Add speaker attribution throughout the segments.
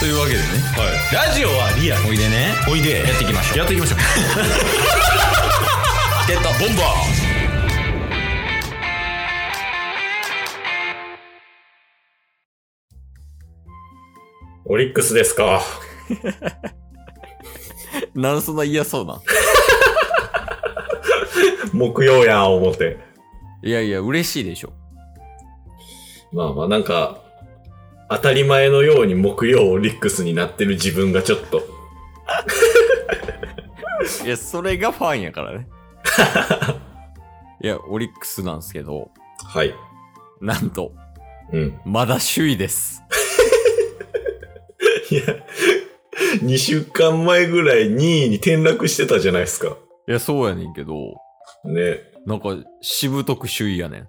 Speaker 1: というわけでね、ラジオはリアおいでね
Speaker 2: おいで
Speaker 1: やっていきましょう
Speaker 2: やって いきましょう
Speaker 1: ゲットボンバ
Speaker 2: オリックスですか
Speaker 1: ー なんそんな嫌そうな
Speaker 2: 木曜やん思って
Speaker 1: いやいや嬉しいでしょ
Speaker 2: まあまあなんか当たり前のように木曜オリックスになってる自分がちょっと
Speaker 1: いやそれがファンや からねいやオリックスなんですけど
Speaker 2: はい
Speaker 1: なんと
Speaker 2: うん
Speaker 1: まだ首位です
Speaker 2: いや2週間前ぐらい2位に転落してたじゃないですか
Speaker 1: いやそうやねんけど
Speaker 2: ね
Speaker 1: なんかしぶとく首位やねん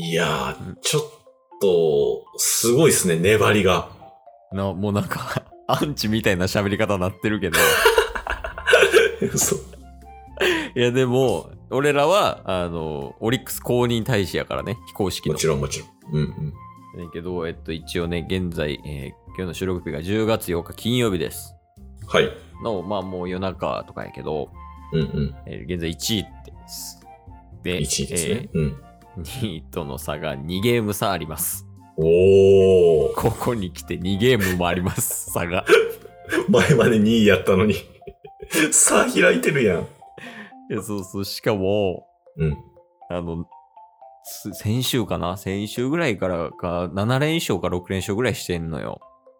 Speaker 2: いやーちょっとすごいですね粘りが
Speaker 1: なもうなんか アンチみたいな喋り方になってるけど
Speaker 2: そう
Speaker 1: いやでも俺らはあのオリックス公認大使やからね非公式
Speaker 2: も
Speaker 1: の
Speaker 2: ちろんもちろんうんうん
Speaker 1: ねんけど、えっと、一応ね、現在、えー今日の収録日が10月8日金曜日です。
Speaker 2: はい
Speaker 1: の、まあもう夜中とかやけど、
Speaker 2: うんうん
Speaker 1: えー現在1位です。で
Speaker 2: 1位ですね、うん
Speaker 1: えー2位との差が2ゲーム差あります。
Speaker 2: おー
Speaker 1: ここに来て2ゲームもあります、 差が。
Speaker 2: 前まで2位やったのに さあ開いてるやん
Speaker 1: いやそうそう、しかも、
Speaker 2: うん
Speaker 1: あの、す先週かな先週ぐらいからか、7連勝か6連勝ぐらいしてんのよ。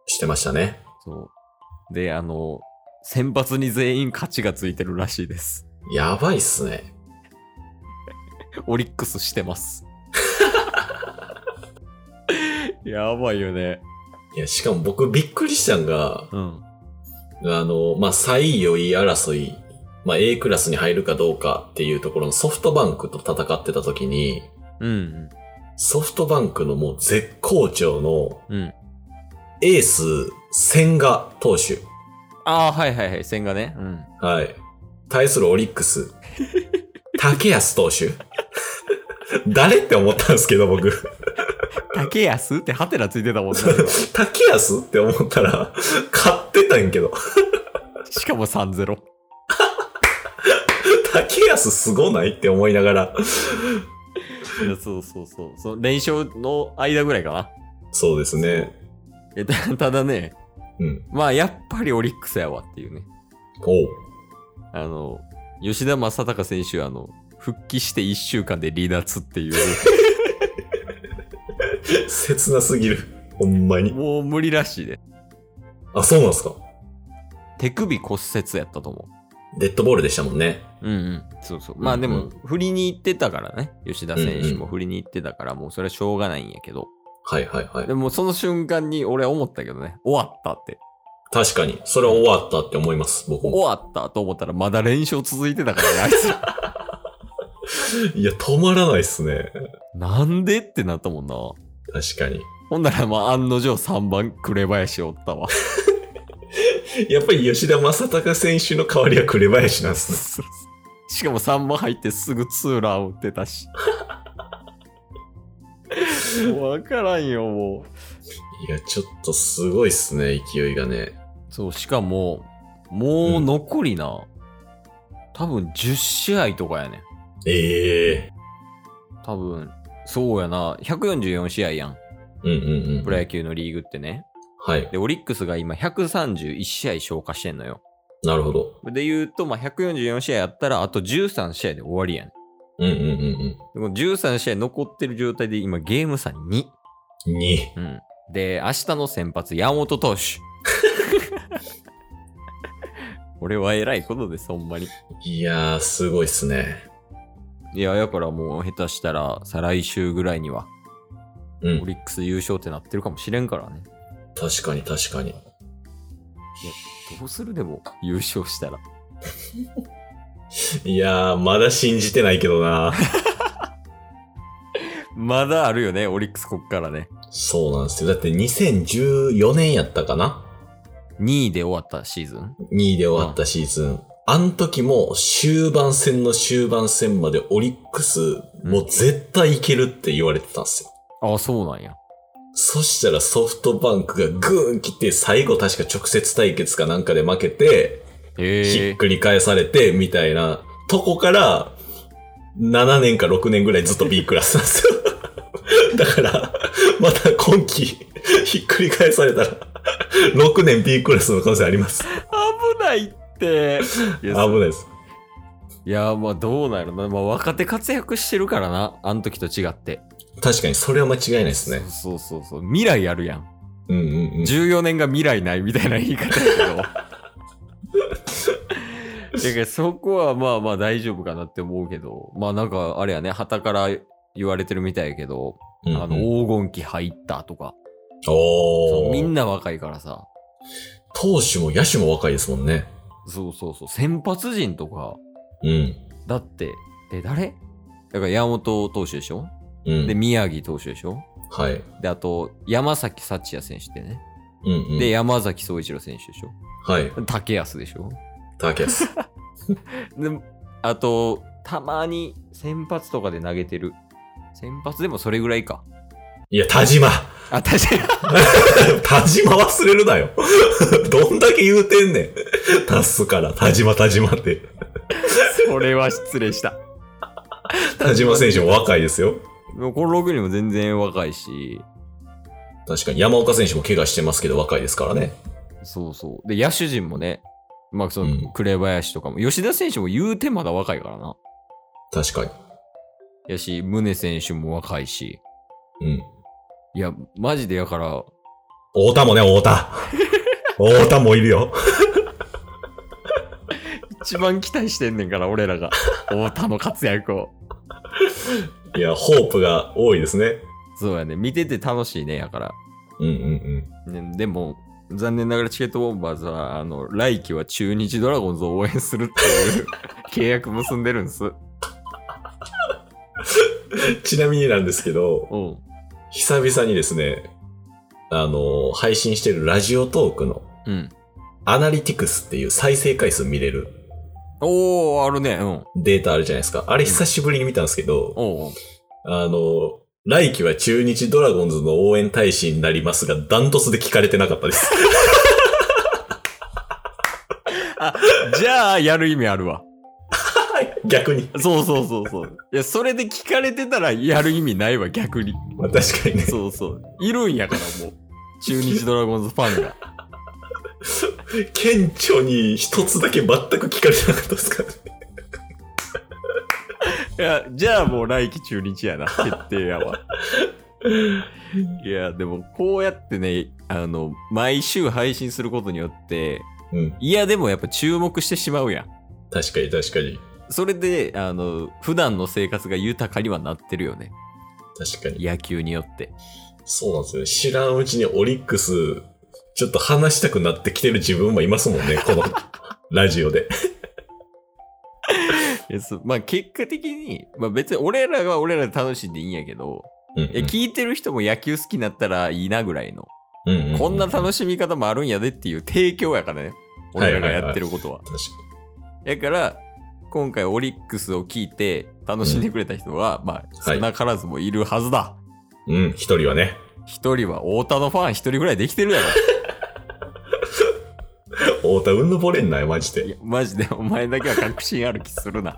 Speaker 2: してましたね
Speaker 1: そう。で、あの、先発に全員勝ちがついてるらしいです。
Speaker 2: やばいっすね
Speaker 1: オリックスしてます。 やばいよね。
Speaker 2: いやしかも僕びっくりしたんが
Speaker 1: うん。
Speaker 2: あのまあ最良い争いまあ A クラスに入るかどうかっていうところのソフトバンクと戦ってた時に
Speaker 1: うん。
Speaker 2: ソフトバンクのもう絶好調の
Speaker 1: うん。
Speaker 2: エース千賀投手
Speaker 1: ああ、はいはいはい。千賀ね。うん。
Speaker 2: はい。対するオリックス。竹安投手。 誰って思ったんですけど、僕。
Speaker 1: 竹安ってハテナついてた もんな。
Speaker 2: 竹安って思ったら、 買ってたんやけど。
Speaker 1: しかも3-0。
Speaker 2: 竹安すごないって思いながら。
Speaker 1: いや、そうそうそう。その連勝の間ぐらいかな。
Speaker 2: そうですね。
Speaker 1: えたただね、
Speaker 2: うん。
Speaker 1: まあやっぱりオリックスやわっていうね。
Speaker 2: おう
Speaker 1: あの、吉田正尚選手、あの、復帰して1週間で離脱って いう。
Speaker 2: 切なすぎる。ほんまに。
Speaker 1: もう無理らしいで。
Speaker 2: あ、そうなんすか。
Speaker 1: 手首骨折やったと思う。
Speaker 2: デッドボールでしたもんね。
Speaker 1: うんうん、そうそう。まあで
Speaker 2: うんう
Speaker 1: も
Speaker 2: ん、
Speaker 1: 振りに行ってたからね。吉田選手
Speaker 2: うんう
Speaker 1: も振りに行ってたから、もうそれはしょうがないんやけど。
Speaker 2: はいはいはい
Speaker 1: で。もその瞬間に俺は思ったけどね、終わったって。
Speaker 2: 確かに。それは終わったって思います、僕も。
Speaker 1: 終わったと思ったらまだ連勝続いてたからね、あいつら。
Speaker 2: いや、止まらないっすね。
Speaker 1: なんでってなったもんな。
Speaker 2: 確かに。
Speaker 1: ほんならまあ案の定3番紅林おったわ。
Speaker 2: やっぱり吉田正尚選手の代わりは紅林なんですね。
Speaker 1: しかも3番入ってすぐツーラン打ってたし。わからんよ、もう。
Speaker 2: いや、ちょっとすごいっすね、勢いがね。
Speaker 1: そう、しかも、もう残りな、多分10試合とかやねん。
Speaker 2: ええ
Speaker 1: 多分、そうやな、144試合やん。
Speaker 2: うんうんうん。
Speaker 1: プロ野球のリーグってね。
Speaker 2: はい。
Speaker 1: で、オリックスが今131試合消化してんのよ。
Speaker 2: なるほど。
Speaker 1: で、言うと、まあ、144試合やったら、あと13試合で終わりやねん。
Speaker 2: うんうんうん
Speaker 1: でこの13試合残ってる状態で、今、ゲーム差に
Speaker 2: うん。2。
Speaker 1: 2。うん。で、明日の先発、山本 投手。俺は偉いことです、ほんまに。
Speaker 2: いやー、すごいっすね。
Speaker 1: いや、やからもう下手したら、再来週ぐらいには、
Speaker 2: う
Speaker 1: オ
Speaker 2: ん。
Speaker 1: リックス優勝ってなってるかもしれんからね。
Speaker 2: 確かに確かに。
Speaker 1: どうするでも、優勝したら。
Speaker 2: いやー、まだ信じてないけどな。
Speaker 1: まだあるよね、オリックスこっからね。
Speaker 2: そうなんですよ。だって2014年やったかな
Speaker 1: 2位で終わったシーズン
Speaker 2: ?2 位で終わったシーズン。あん時も終盤戦の終盤戦までオリックス、もう絶対いけるって言われてたんですよ。
Speaker 1: ああ、そうなんや。
Speaker 2: そしたらソフトバンクがグーン来て、最後確か直接対決かなんかで負けて、ひ
Speaker 1: え
Speaker 2: っくり返されて、みたいなとこから、7年か6年ぐらいずっと B クラスなんですよ。 だから、また今期、ひっくり返されたら、6年 B クラスの可能性あります。
Speaker 1: 危ないって。 い
Speaker 2: 危
Speaker 1: や、
Speaker 2: ないです。
Speaker 1: いやまあどうなんやろな。まあ若手活躍してるからな。あの時と違って。
Speaker 2: 確かに、それは間違いないですね。
Speaker 1: そうそうそう。未来あるやん。
Speaker 2: うんうんうん。
Speaker 1: 14年が未来ないみたいな言い方やけ ど。だからそこはまあまあ大丈夫かなって思うけど。まあなんかあれやね、旗から言われてるみたいやけど、
Speaker 2: うんうん
Speaker 1: あの黄金期入ったとか。そ
Speaker 2: お
Speaker 1: うみん
Speaker 2: な。
Speaker 1: な若いからさ。
Speaker 2: 投手も野手も若いですもんね。
Speaker 1: そうそうそう。先発陣とか、
Speaker 2: うん。
Speaker 1: だって、え、誰だから山本投手でしょ
Speaker 2: うん。
Speaker 1: で、宮城投手でしょ
Speaker 2: はい。
Speaker 1: で、あと、山崎幸也選手ってね。
Speaker 2: うんうん。
Speaker 1: で、山崎総一郎選手でしょ
Speaker 2: はい。
Speaker 1: 竹安でしょ
Speaker 2: 竹安。
Speaker 1: で、あと、たまに先発とかで投げてる。先発でもそれぐらいか。
Speaker 2: いや、田島。
Speaker 1: あ、確かに。
Speaker 2: 田島忘れるなよ。 どんだけ言うてんねん。タすから、田島田島って。
Speaker 1: それは失礼した。
Speaker 2: 田島選手も若いですよ。
Speaker 1: もうこの6人も全然若いし。
Speaker 2: 確かに山岡選手も怪我してますけど若いですからね。
Speaker 1: そうそう。で、野手陣もね。まあ、そ
Speaker 2: うん
Speaker 1: の、紅林とかも、吉田選手も言うてまだ若いからな。
Speaker 2: 確かに。
Speaker 1: やし、宗選手も若いし。
Speaker 2: うん。
Speaker 1: いや、マジでやから、
Speaker 2: 太田もね、太田。太田もいるよ。
Speaker 1: 一番期待してんねんから、俺ら が。太田の活躍を。
Speaker 2: いや、ホープが多いですね。
Speaker 1: そうやね。見てて楽しいね、やから。
Speaker 2: うんうん
Speaker 1: ね、でも、残念ながらチケットボンバーズは、あの、来季は中日ドラゴンズを応援するっていう契約結んでるんです。うん。
Speaker 2: うん。ちなみになんですけど、
Speaker 1: お
Speaker 2: 久々にですね、あの、配信してるラジオトークの
Speaker 1: うん。
Speaker 2: アナリティクスっていう再生回数見れる
Speaker 1: おー、あるね。うん。
Speaker 2: データあるじゃないですか。あれ久しぶりに見たんですけど、
Speaker 1: おう
Speaker 2: あの、来季は中日ドラゴンズの応援大使になりますが、ダントツで聞かれてなかったです。
Speaker 1: あ、じゃあ、やる意味あるわ。
Speaker 2: 逆に。
Speaker 1: そうそうそうそう。いや、それで聞かれてたらやる意味ないわ、逆に。
Speaker 2: まあ、確かにね。
Speaker 1: そうそう。いるんやから、もう。中日ドラゴンズファンが。
Speaker 2: 顕著に一つだけ全く聞かれてなかったですから、ね。
Speaker 1: いや、じゃあもう来季中日やな、決定やわ。いや、でもこうやってね、あの、毎週配信することによって、
Speaker 2: うん。
Speaker 1: いや、でもやっぱ注目してしまうやん。
Speaker 2: 確かに確かに。
Speaker 1: それで、あの、普段の生活が豊かにはなってるよね。
Speaker 2: 確かに。
Speaker 1: 野球によって。
Speaker 2: そうなんですよね。知らんうちにオリックス、ちょっと話したくなってきてる自分もいますもん ね。このラジオで。
Speaker 1: いやそうまあ結果的に、まあ別に俺らは俺らで楽しんでいいんやけど、
Speaker 2: うん
Speaker 1: いや聞いてる人も野球好きになったらいいなぐらいの。
Speaker 2: うんうう
Speaker 1: こんな
Speaker 2: 確か
Speaker 1: 楽しみ方もあるんやでっていう提供やからね。俺らがやってることは。だから、今回オリックスを聞いて楽しんでくれた人は、まあ、
Speaker 2: はい
Speaker 1: 少なからずもいるはずだ。
Speaker 2: に。うん、一人はね。
Speaker 1: 一、人は太田のファン一人ぐらいできてるやろ。
Speaker 2: 太田うんぬぼれんなよ、マジ
Speaker 1: い
Speaker 2: で。
Speaker 1: や、マジでお前だけは確信ある気するな。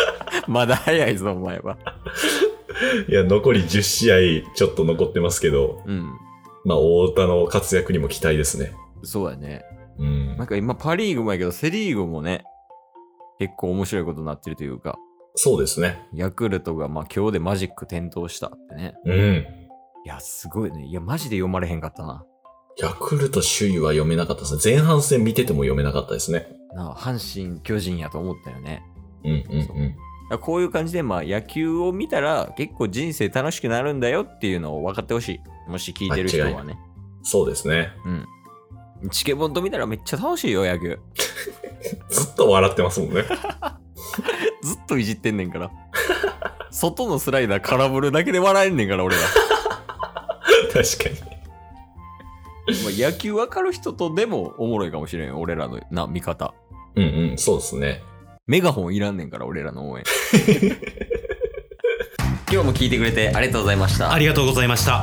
Speaker 1: まだ早いぞ、お前は。
Speaker 2: いや、残り10試合、ちょっと残ってますけど、
Speaker 1: うん。
Speaker 2: まあ、太田の活躍にも期待ですね。
Speaker 1: そうだね。
Speaker 2: うん
Speaker 1: なん。か今パリーグもやけど、セリーグもね、結構面白いことになってるというか、
Speaker 2: そうですね。
Speaker 1: ヤクルトがまあ今日でマジック点灯したってね。
Speaker 2: うん。
Speaker 1: いや、すごいね。いや、マジで読まれへんかったな。
Speaker 2: ヤクルト首位は読めなかったですね。前半戦見てても読めなかったですね。
Speaker 1: なあ、阪神、巨人やと思ったよね。
Speaker 2: うんうんう
Speaker 1: だ
Speaker 2: ん。
Speaker 1: からこういう感じで、まあ、野球を見たら結構人生楽しくなるんだよっていうのを分かってほしい。もし聞いてる人はね。
Speaker 2: そうですね。
Speaker 1: チケボンと見たらめっちゃ楽しいよ、野球。
Speaker 2: ずっと笑ってますもんね。
Speaker 1: ずっといじってんねんから。外のスライダー空振るだけで笑えんねんから、俺ら。
Speaker 2: 確か
Speaker 1: まあ野球分かる人とでもおもろいかもしれんよ、俺らのな見方。
Speaker 2: に。うんうん、そうですね。
Speaker 1: メガホンいらんねんから、俺らの応援。 今日も聞いてくれてありがとうございました。
Speaker 3: ありがとうございました。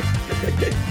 Speaker 3: ます